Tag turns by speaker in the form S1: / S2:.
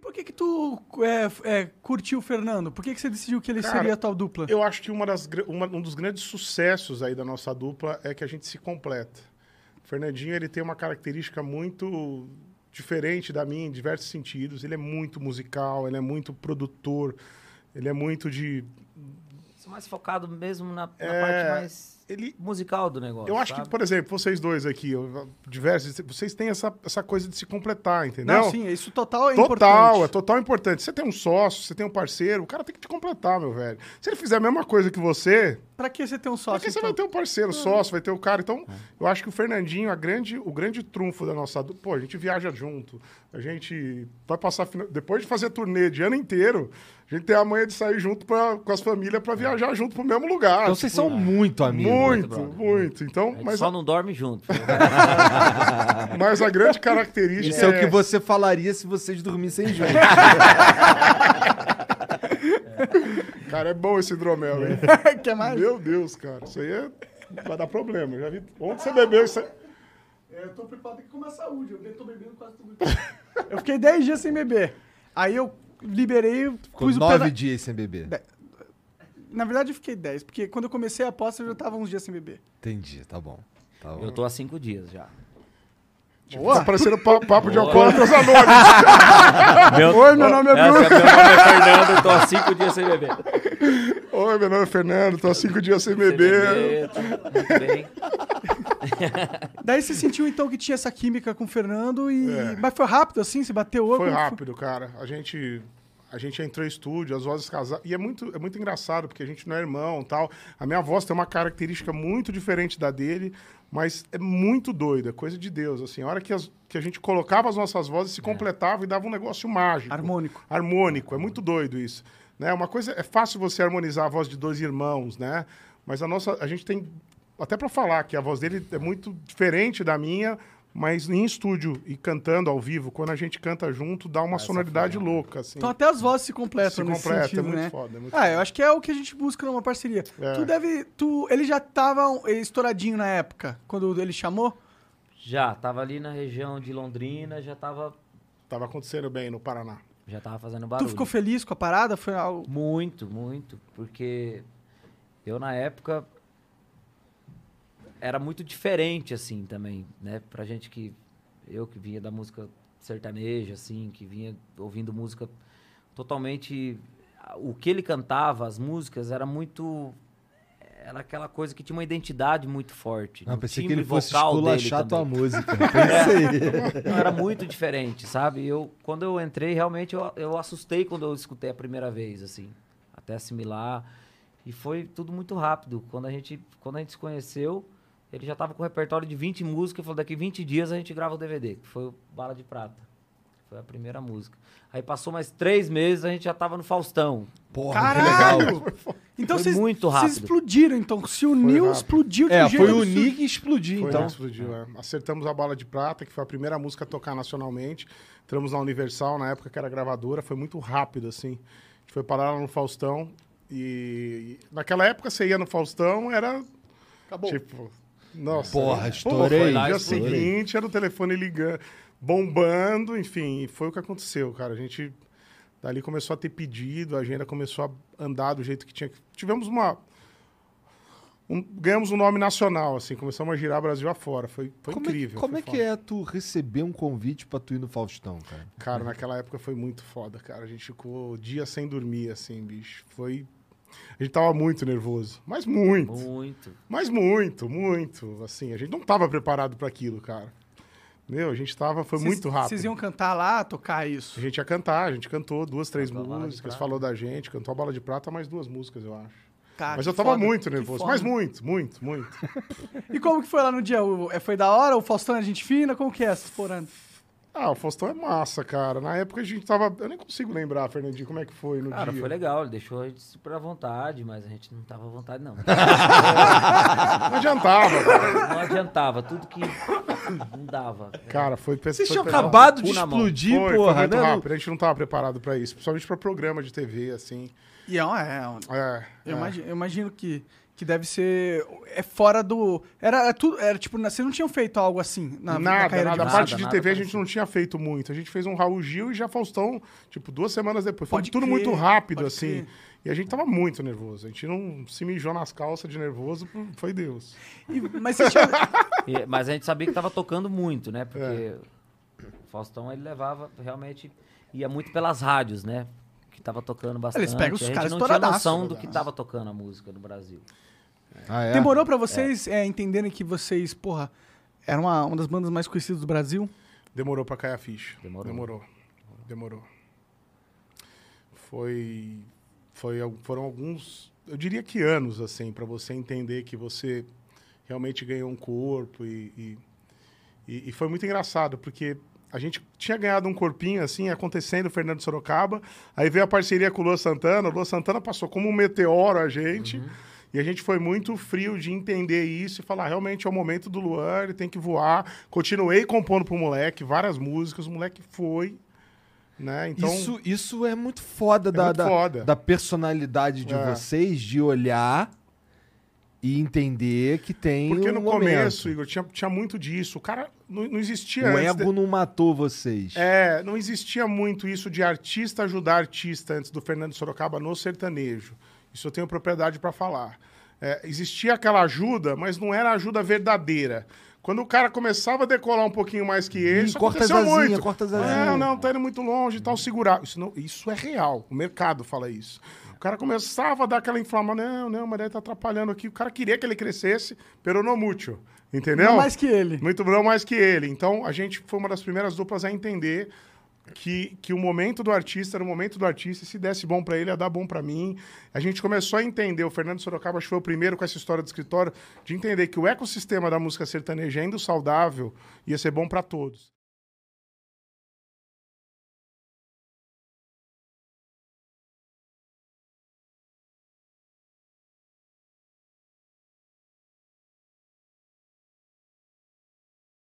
S1: Por que que tu é, é, curtiu o Fernando? Por que que você decidiu que ele
S2: Cara,
S1: seria a tal dupla?
S2: Eu acho que uma das, gr- uma- um dos grandes sucessos aí da nossa dupla é que a gente se completa. O Fernandinho, ele tem uma característica muito diferente da minha em diversos sentidos. Ele é muito musical, ele é muito produtor, ele é muito de...
S3: Sou mais focado mesmo na, na
S2: É,
S3: parte mais
S2: Ele...
S3: musical do negócio.
S2: Eu acho que,
S3: sabe?
S2: por exemplo, vocês dois aqui, eu- diversos, vocês têm essa, essa coisa de se completar, entendeu?
S1: Não, sim, isso total é
S2: total, é
S1: importante.
S2: total importante. Você tem um sócio, você tem um parceiro, o cara tem que te completar, meu velho. Se ele fizer a mesma coisa que você,
S1: Pra que você ter um sócio?
S2: Porque você
S1: então?
S2: vai ter um parceiro sócio, vai ter o cara. Então,
S4: É.
S2: eu acho que o Fernandinho, a grande, o grande trunfo da nossa. du- Pô, a gente viaja junto. A gente vai passar. fina- Depois de fazer turnê de ano inteiro, a gente tem a manha de sair junto pra, com as famílias pra viajar junto pro mesmo lugar.
S4: Então vocês
S2: Tipo,
S4: são muito amigos. né, É,
S2: Muito,
S3: brother.
S2: muito. Então,
S3: A gente
S2: mas,
S3: só
S2: a,
S3: não dorme junto.
S2: mas a grande característica.
S4: Isso é o que você falaria se vocês dormissem juntos.
S2: É, Cara, é bom esse hidromel, hein?
S1: Quer mais?
S2: Meu Deus, cara. Isso aí é- vai dar problema. eu Já vi... Onde você bebeu isso é- aí?
S1: Eu tô preocupado aqui com a minha saúde. Eu tô bebendo quase tudo. eu fiquei 10 dias sem beber. Aí eu liberei,
S4: Ficou
S1: pus o
S4: nove
S1: pé na...
S4: dias sem beber.
S1: na verdade, eu fiquei 10, porque quando eu comecei a aposta, eu já tava uns dias sem beber.
S4: Entendi, tá bom. Tá bom.
S3: Eu tô há cinco dias já.
S2: Tá parecendo pa- papo de
S3: Boa.
S2: alcoólatras anônimos. Ah,
S3: Meu...
S1: Oi, meu nome é
S3: Essa,
S1: Bruno.
S3: meu nome é Fernando, eu tô há cinco dias sem beber.
S2: Oi, meu nome é Fernando, tô há cinco dias sem beber.
S3: Sem beber, tá muito bem.
S1: Daí você sentiu então que tinha essa química com o Fernando e. Mas foi rápido assim? Você bateu o olho?
S2: É. Foi
S1: Como que
S2: rápido, cara. A gente, a gente entrou em estúdio, as vozes casaram. E é muito, é muito engraçado, porque a gente não é irmão e tal. A minha voz tem uma característica muito diferente da dele, mas é muito doida, é coisa de Deus. Assim, a hora que, as- que a gente colocava as nossas vozes, se completava e dava um negócio mágico.
S1: É. Harmônico.
S2: Harmônico, é muito doido isso. Né? Uma coisa, é fácil você harmonizar a voz de dois irmãos, né? Mas a nossa, a gente tem, até para falar que a voz dele é muito diferente da minha, mas em estúdio e cantando ao vivo, quando a gente canta junto, dá
S1: Ah,
S2: uma sonoridade louca, assim.
S1: Então até as vozes se completam
S2: Se
S1: nesse
S2: completa, é
S1: sentido,
S2: muito
S1: né?
S2: foda, é muito
S1: ah,
S2: foda.
S1: eu acho que é o que a gente busca numa parceria.
S2: É.
S1: Tu deve, tu, ele já tava um- estouradinho na época, quando ele chamou.
S3: Já, tava ali na região de Londrina, já tava,
S2: Tava acontecendo bem no Paraná.
S3: já tava fazendo barulho.
S1: Tu ficou feliz com a parada? Foi algo
S3: Muito, muito. Porque eu, na época, era muito diferente, assim, também, né? Pra gente que... Eu que vinha da música sertaneja, assim, que vinha ouvindo música totalmente... O que ele cantava, as músicas, era muito... Era aquela coisa que tinha uma identidade muito forte.
S4: Não,
S3: no
S4: pensei que
S3: timbre
S4: ele fosse
S3: vocal dele
S4: esculachar
S3: também.
S4: tua música. Foi isso aí.
S3: Não, era muito diferente, sabe? Eu, quando eu entrei, realmente, eu, eu assustei quando eu escutei a primeira vez, assim. Até assimilar. E foi tudo muito rápido. Quando a gente, quando a gente se conheceu, ele já tava com um repertório de 20 músicas. e Falou, daqui 20 dias a gente grava o DVD. Que foi o Bala de Prata. Foi a primeira música. Aí passou mais três meses, a gente já tava no Faustão.
S4: Porra, que legal.
S1: Caralho! Então
S3: Foi
S1: vocês,
S3: muito
S1: vocês
S3: rápido.
S1: explodiram, então. Se uniu,
S2: rápido.
S1: explodiu de um
S4: É,
S1: jeito
S4: foi o
S1: absurdo.
S4: Nick explodir,
S2: Foi,
S4: então.
S2: né, explodiu, é. Acertamos a Bala de Prata, que foi a primeira música a tocar nacionalmente. Entramos na Universal, na época que era gravadora, foi muito rápido, assim. A gente foi parar lá no Faustão e... e naquela época você ia no Faustão, era
S1: Acabou.
S2: tipo... Nossa.
S4: Porra,
S2: né?
S4: estourei,
S2: Pô, foi No dia
S4: estourei.
S2: seguinte era o telefone ligando, bombando, enfim. Foi o que aconteceu, cara. A gente... Dali começou a ter pedido, a agenda começou a andar do jeito que tinha que... Tivemos uma... um- ganhamos um nome nacional, assim, começamos a girar Brasil afora. Foi, foi
S4: como
S2: incrível.
S4: é, como
S2: foi
S4: é que é tu receber um convite pra tu ir no Faustão, cara?
S2: foda. Cara, naquela época foi muito foda, cara. A gente ficou dias sem dormir, assim, bicho. Foi. A gente tava muito nervoso. Mas muito.
S3: Muito.
S2: Mas muito, muito. Assim, a gente não tava preparado para aquilo, cara. Meu, a gente tava. Foi
S1: Vocês-
S2: muito rápido.
S1: Vocês iam cantar lá, tocar
S2: A
S1: isso.
S2: gente ia cantar, a gente cantou duas, três
S3: Cantou a Bala de
S2: músicas,
S3: Prata.
S2: falou da gente, cantou a bola de prata, mais duas músicas, eu acho.
S1: Cara, Ah,
S2: mas
S1: Tá, que
S2: eu tava
S1: foda,
S2: muito
S1: que
S2: nervoso.
S1: foda.
S2: Mas muito, muito, muito.
S1: E como que foi lá no dia? O- é, Foi da hora? O Faustão é gente fina? Como que é essas porando?
S2: Ah, o Faustão é massa, cara. Na época a gente tava. Eu nem consigo lembrar, Fernandinho, como é que foi no
S3: Cara,
S2: dia.
S3: foi legal. Ele deixou a gente super à vontade, mas a gente não tava à vontade, não.
S2: Não adiantava, cara.
S3: Não adiantava. Tudo que não dava.
S2: Cara, foi
S4: Vocês
S2: foi um
S4: tinham
S2: pesado.
S4: acabado
S3: cu
S4: de
S3: na mão.
S4: explodir,
S2: Foi, foi
S4: porra,
S2: muito
S4: né? Não-
S2: rápido. A gente não tava preparado pra isso, principalmente pra programa de TV, assim.
S1: E é, um- é um-
S2: É,
S1: eu,
S2: é.
S1: imagi- eu imagino, que Que deve ser. É fora do. Era, é tudo. Era tipo. na- Vocês não tinham feito algo assim na, na
S2: nada,
S1: carreira
S2: nada.
S1: de
S2: A
S3: nada,
S2: parte de
S3: nada
S2: TV a gente
S3: parecido.
S2: não tinha feito muito. A gente fez um Raul Gil e já Faustão, tipo, duas semanas depois. Foi
S1: Pode
S2: tudo
S1: crer,
S2: muito rápido,
S1: pode
S2: assim.
S1: crer.
S2: E a gente tava muito nervoso. A gente não se mijou nas calças de nervoso, pô, foi Deus.
S1: E- mas vocês tinham.
S3: E- mas a gente sabia que tava tocando muito, né?
S4: É.
S3: Porque o Faustão ele levava realmente ia muito pelas rádios, né? Que tava tocando bastante.
S1: pegam os
S3: a gente
S1: caras
S3: não tinha
S1: estouradaço,
S3: noção do
S2: estouradaço.
S3: que tava tocando a música no Brasil.
S4: Ah, é?
S1: Demorou pra vocês é, entenderem que vocês, porra, eram uma, uma das bandas mais conhecidas do Brasil?
S2: Demorou pra cair a ficha.
S3: Demorou.
S2: Demorou. Demorou. Foi, foi, al- foram alguns, eu diria que anos, assim, pra você entender que você realmente ganhou um corpo e, e, e- e foi muito engraçado, porque a gente tinha ganhado um corpinho, assim, acontecendo, Fernando Sorocaba, aí veio a parceria com o Lua Santana, o Lua Santana passou como um meteoro a gente,
S4: Uhum.
S2: e a gente foi muito frio de entender isso e falar, realmente é o momento do Luan, ele tem que voar. Continuei compondo pro moleque várias músicas, o moleque foi, né? Então,
S4: isso, isso é muito foda, da,
S2: muito
S4: da-
S2: foda.
S4: da personalidade de
S2: É.
S4: vocês, de olhar e entender que tem
S2: porque
S4: um
S2: no
S4: momento.
S2: começo, Igor, tinha, tinha muito disso. O cara não, não existia
S4: o
S2: antes.
S4: Um ego não é matou vocês.
S2: É, não existia muito isso de artista ajudar artista antes do Fernando Sorocaba no sertanejo. Isso eu tenho propriedade para falar. É, existia aquela ajuda, mas não era a ajuda verdadeira. Quando o cara começava a decolar um pouquinho mais que ele,
S4: Ih,
S2: isso
S4: corta as
S2: aconteceu
S4: asinhas,
S2: muito.
S4: corta as
S2: Não,
S4: asinhas.
S2: não, tá indo muito longe e tal, segurar. Isso, não, isso é real, o mercado fala isso. O cara começava a dar aquela inflama, não, não, mas daí tá atrapalhando aqui. O cara queria que ele crescesse, peronomútil, entendeu?
S1: Não mais que ele.
S2: Muito bom mais que ele. Então, a gente foi uma das primeiras duplas a entender que, que o momento do artista era o momento do artista, e se desse bom pra ele, ia dar bom pra mim. A gente começou a entender, o Fernando Sorocaba acho que foi o primeiro com essa história do escritório, de entender que o ecossistema da música sertaneja, ainda o saudável, ia ser bom pra todos.